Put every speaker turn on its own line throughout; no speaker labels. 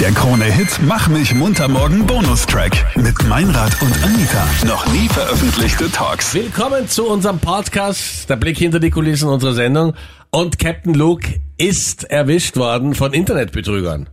Der Krone-Hit Mach mich munter morgen Bonustrack mit Meinrad und Anita. Noch nie veröffentlichte Talks.
Willkommen zu unserem Podcast, der Blick hinter die Kulissen unserer Sendung. Und Captain Luke ist erwischt worden von Internetbetrügern.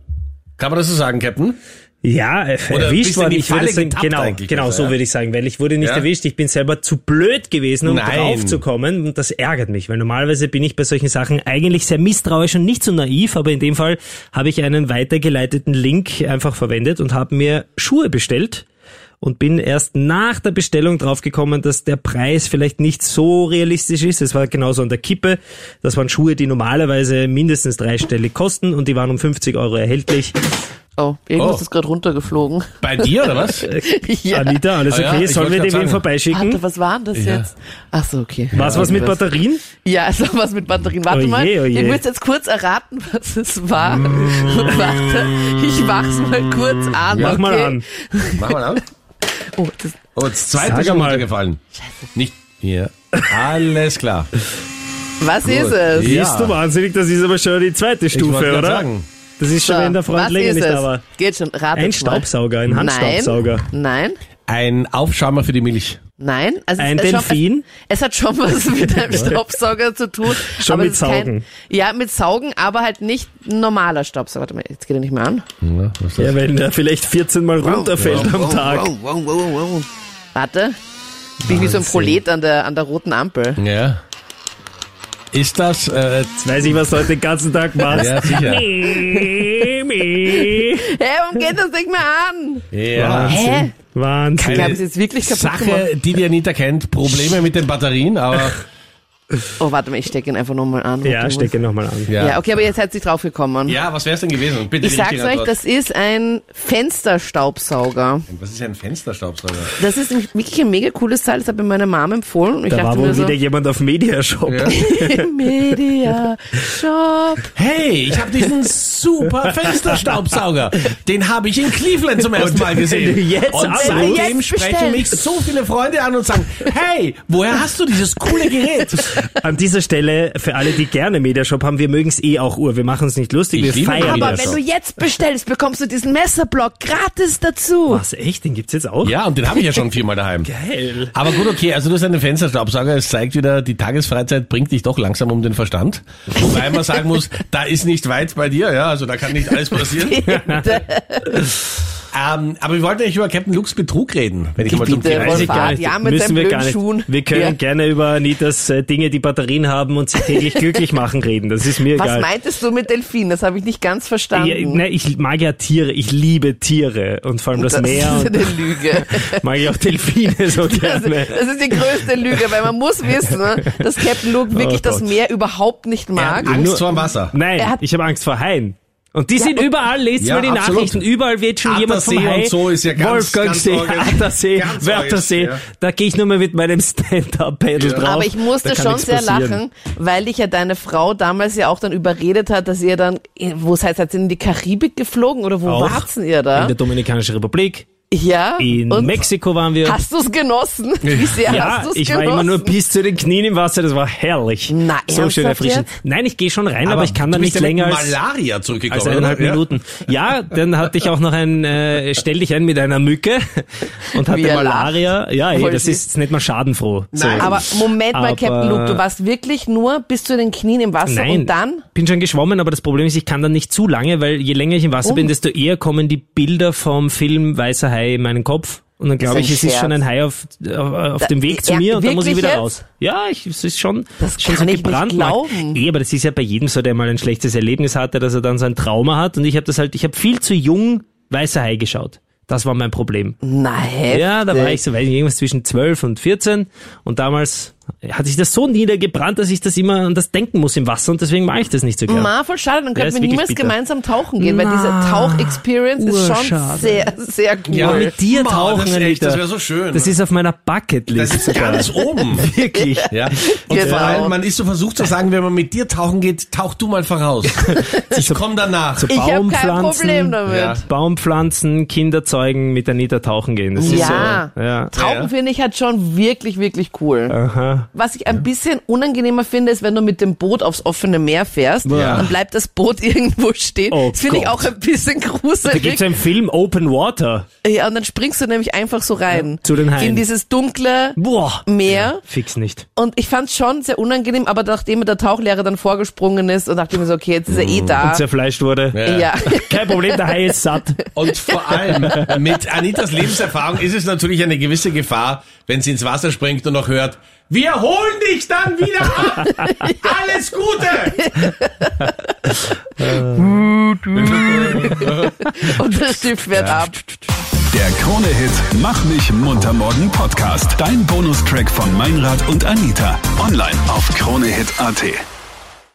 Kann man das so sagen, Captain?
Ja, er-
Oder
erwischt
bist in
worden.
die
Ich würde
Falle
sagen,
getappt
genau,
eigentlich
genau
besser,
so
ja.
würde ich sagen, weil ich wurde nicht
Ja.
erwischt. Ich bin selber zu blöd gewesen, um
Nein.
draufzukommen und das ärgert mich, weil normalerweise bin ich bei solchen Sachen eigentlich sehr misstrauisch und nicht so naiv, aber in dem Fall habe ich einen weitergeleiteten Link einfach verwendet und habe mir Schuhe bestellt und bin erst nach der Bestellung draufgekommen, dass der Preis vielleicht nicht so realistisch ist. Es war genauso an der Kippe. Das waren Schuhe, die normalerweise mindestens dreistellig kosten und die waren um 50 Euro erhältlich.
Oh, irgendwas
Oh.
ist gerade runtergeflogen.
Bei dir oder was?
ja.
Anita, alles
Ah ja,
okay?
ich
Sollen
wollte grad
wir dem wem
sagen.
vorbeischicken?
Warte, was war denn das
Ja.
jetzt? Ach so, okay.
Was, was mit Oh Batterien?
Ja, es war was mit Batterien. Warte
Oje,
mal,
oje.
ihr müsst jetzt kurz erraten, was es war. Warte, ich mach's mal kurz an.
Mach
okay.
mal an.
Mach mal an.
Oh, das,
Oh, das zweite
Sag
ist
mal.
runtergefallen. Nicht hier. Alles klar.
was ist
Gut.
es?
Ja.
Bist du wahnsinnig? Das ist aber schon die zweite
Ich wollte
Stufe,
grad
oder?
Sagen.
Das ist schon,
So,
wenn der Freund
was
länger
ist
nicht
es?
da war.
Geht schon, ratet
Ein Staubsauger, ein
mal.
Handstaubsauger.
Nein, nein,
Ein Aufschäumer für die Milch.
nein. Also
Ein
es ist
Delfin?
Schon, es, es hat schon was mit einem Staubsauger zu tun.
Schon
aber
mit
es ist kein-
Saugen.
Ja, mit Saugen, aber halt nicht ein normaler Staubsauger. Warte mal, jetzt geht er nicht mehr an.
Ja, was ist das?
Ja, wenn der vielleicht 14 Mal runterfällt am Tag.
Warte. Ich bin wie so ein Prolet an der, an der roten Ampel.
ja. Ist das, äh,
Jetzt weiß ich, was du heute den ganzen Tag machst.
ja, sicher.
Meh, meh.
Hä, warum geht das nicht mehr an?
Ja.
Hä? Ich
Wahnsinn.
glaube, es ist jetzt wirklich kaputt gemacht.
Sache, die die Anita kennt, Probleme mit den Batterien, aber
Oh, warte mal, ich stecke ihn einfach nochmal an.
Ja,
Warte mal.
stecke nochmal an.
ja.
Ja, okay, aber jetzt seid ihr drauf gekommen.
Ja, was wär's denn gewesen? Bitte
ich
die
sag's
richtige
euch,
Antwort.
das ist ein Fensterstaubsauger.
Was ist ein Fensterstaubsauger?
Das ist nämlich wirklich ein mega cooles Teil, das hat mir meine Mom empfohlen. Und ich
Da war
dachte
wohl
mir so,
wieder jemand auf Mediashop.
Media Shop.
Hey, ich habe diesen super Fensterstaubsauger. Den habe ich in Cleveland zum ersten Mal
wenn du
gesehen.
jetzt
und
anrufst-
seitdem
Jetzt bestellt.
sprechen mich so viele Freunde an und sagen, hey, woher hast du dieses coole Gerät?
An dieser Stelle, für alle, die gerne Mediashop haben, wir mögen's eh auch ur. Wir machen's nicht lustig,
Ich
wir
liebe
feiern
Aber
Media
das.
wenn
Shop.
du jetzt bestellst, bekommst du diesen Messerblock gratis dazu.
Was, echt? Den gibt's jetzt auch?
Ja, und den habe ich ja schon viermal daheim.
Geil.
Aber gut, okay, also du hast einen Fensterstaubsauger, es zeigt wieder, die Tagesfreizeit bringt dich doch langsam um den Verstand. Wobei man sagen muss, da ist nicht weit bei dir, ja, also da kann nicht alles passieren. ähm, aber wir wollten eigentlich über Captain Lukes Betrug reden, wenn ich mal zum
Bitte,
Thema
Wolf,
ich gar
Fahrt,
nicht.
ja, mit
Müssen
seinen
wir
blöden
gar nicht.
Schuhen.
Wir können
Ja.
gerne über Anitas äh, Dinge, die Batterien haben und sie täglich glücklich machen, reden. Das ist mir
Was
egal.
meintest du mit Delfin? Das habe ich nicht ganz verstanden.
ja, ne, ich mag ja Tiere, ich liebe Tiere und vor allem das,
das
Meer
ist eine
und
Lüge.
mag ich auch Delfine so
Das,
gerne.
das ist die größte Lüge, weil man muss wissen, ne, dass Captain Luke wirklich das
Oh Gott.
Meer überhaupt nicht
Er
mag.
hat Angst vor dem Wasser.
Nein,
Er hat-
ich habe Angst vor Haien. Und die sind überall, lest
Ja,
mal die
absolut.
Nachrichten, überall wird schon jemand vom
Attersee und
Hai.
so ist ja ganz-
Wolfgangsee,
ganz organ-
Attersee,
ganz
Wörthersee.
organ- ja.
Da gehe ich nur mal mit meinem Stand-Up-Pedal drauf.
Aber ich musste
Da kann
schon
nichts
sehr
passieren.
lachen, weil dich ja deine Frau damals ja auch dann überredet hat, dass ihr dann, wo es heißt, seid ihr in die Karibik geflogen oder wo
Auch
wart's denn ihr
In
da?
der Dominikanischen Republik,
Ja.
in
und
Mexiko waren wir.
Hast du's genossen? Wie sehr
ja,
hast du's
ich war
genossen?
immer nur bis zu den Knien im Wasser, das war herrlich.
Na,
so schön
ernsthaft
erfrischend.
jetzt?
Nein, ich gehe schon rein, aber, ich kann da
du bist
nicht
ja
länger
mit
als,
Malaria zurückgekommen.
als Also eineinhalb
oder?
Minuten. Ja, dann hatte ich auch noch ein, äh, stell dich ein mit einer Mücke und hatte
Wie er
Malaria. Ja, ey,
Voll
das
süß.
ist nicht mal schadenfroh. So.
Nein,
Aber Moment mal,
Aber-
Captain Luke, du warst wirklich nur bis zu den Knien im Wasser
Nein,
und dann?
bin schon geschwommen, aber das Problem ist, ich kann dann nicht zu lange, weil je länger ich im Wasser
Oh.
bin, desto eher kommen die Bilder vom Film Weißer Hai in meinen Kopf. Und dann glaube
ein
ich, es ist
Scherz.
schon ein Hai auf, auf, auf
Da-
dem Weg zu
ja,
mir und dann muss ich
wirklich
wieder
jetzt?
raus. Ja, ich, es ist schon,
Das
schon
kann
so
ich nicht
gebrannt.
glauben.
Nee, aber das ist ja bei jedem so, der mal ein schlechtes Erlebnis hatte, dass er dann so ein Trauma hat. Und ich habe das halt, ich habe viel zu jung Weißer Hai geschaut. Das war mein Problem.
Na, heftig.
Ja, da war ich so, weiß ich, irgendwas zwischen 12 und 14 und damals hat sich das so niedergebrannt, dass ich das immer an das denken muss im Wasser und deswegen mache ich das nicht so gerne.
Ma, voll schade, dann
Ja, ist
könnten wir
wirklich
niemals
bitter.
gemeinsam tauchen gehen, weil
Na,
diese Tauch-Experience ist schon
urschade.
sehr, sehr cool.
Ja,
Aber mit dir
Ma,
tauchen,
das ist echt,
Anita.
das wäre so schön.
Das ist auf meiner
das
Bucketlist
ist
sogar.
ganz oben.
Wirklich.
Ja. Und
Genau.
vor allem, man ist so versucht zu sagen, wenn man mit dir tauchen geht, tauch du mal voraus. Ich komm danach.
So
ich habe kein
Baumpflanzen,
Problem damit.
Ja.
Baumpflanzen, Kinder zeugen, mit Anita tauchen gehen. Das
Ja.
ist so. Ja.
Tauchen
Ja.
finde ich halt schon wirklich, wirklich cool.
Aha. Ja.
Was ich ein bisschen unangenehmer finde, ist, wenn du mit dem Boot aufs offene Meer fährst,
Ja.
dann bleibt das Boot irgendwo stehen.
Oh
das finde ich
Gott.
auch ein bisschen
Da gibt's
gruselig.
einen Film Open Water.
Ja, und dann springst du nämlich einfach so rein.
zu den Haien.
In dieses dunkle
Boah.
Meer.
Fix nicht.
Und ich fand es schon sehr unangenehm, aber nachdem mir der Tauchlehrer dann vorgesprungen ist und dachte ich mir so, okay, jetzt ist er
Mm.
eh da.
Zerfleischt wurde.
Ja.
Ja.
Kein Problem, der Hai ist satt.
Und vor allem mit Anitas Lebenserfahrung ist es natürlich eine gewisse Gefahr, wenn sie ins Wasser springt und noch hört, wir holen dich dann wieder ab. Alles Gute.
Und das Schiff wird ab.
Der Krone-Hit Mach mich munter morgen Podcast. Dein Bonustrack von Meinrad und Anita. Online auf kronehit.at.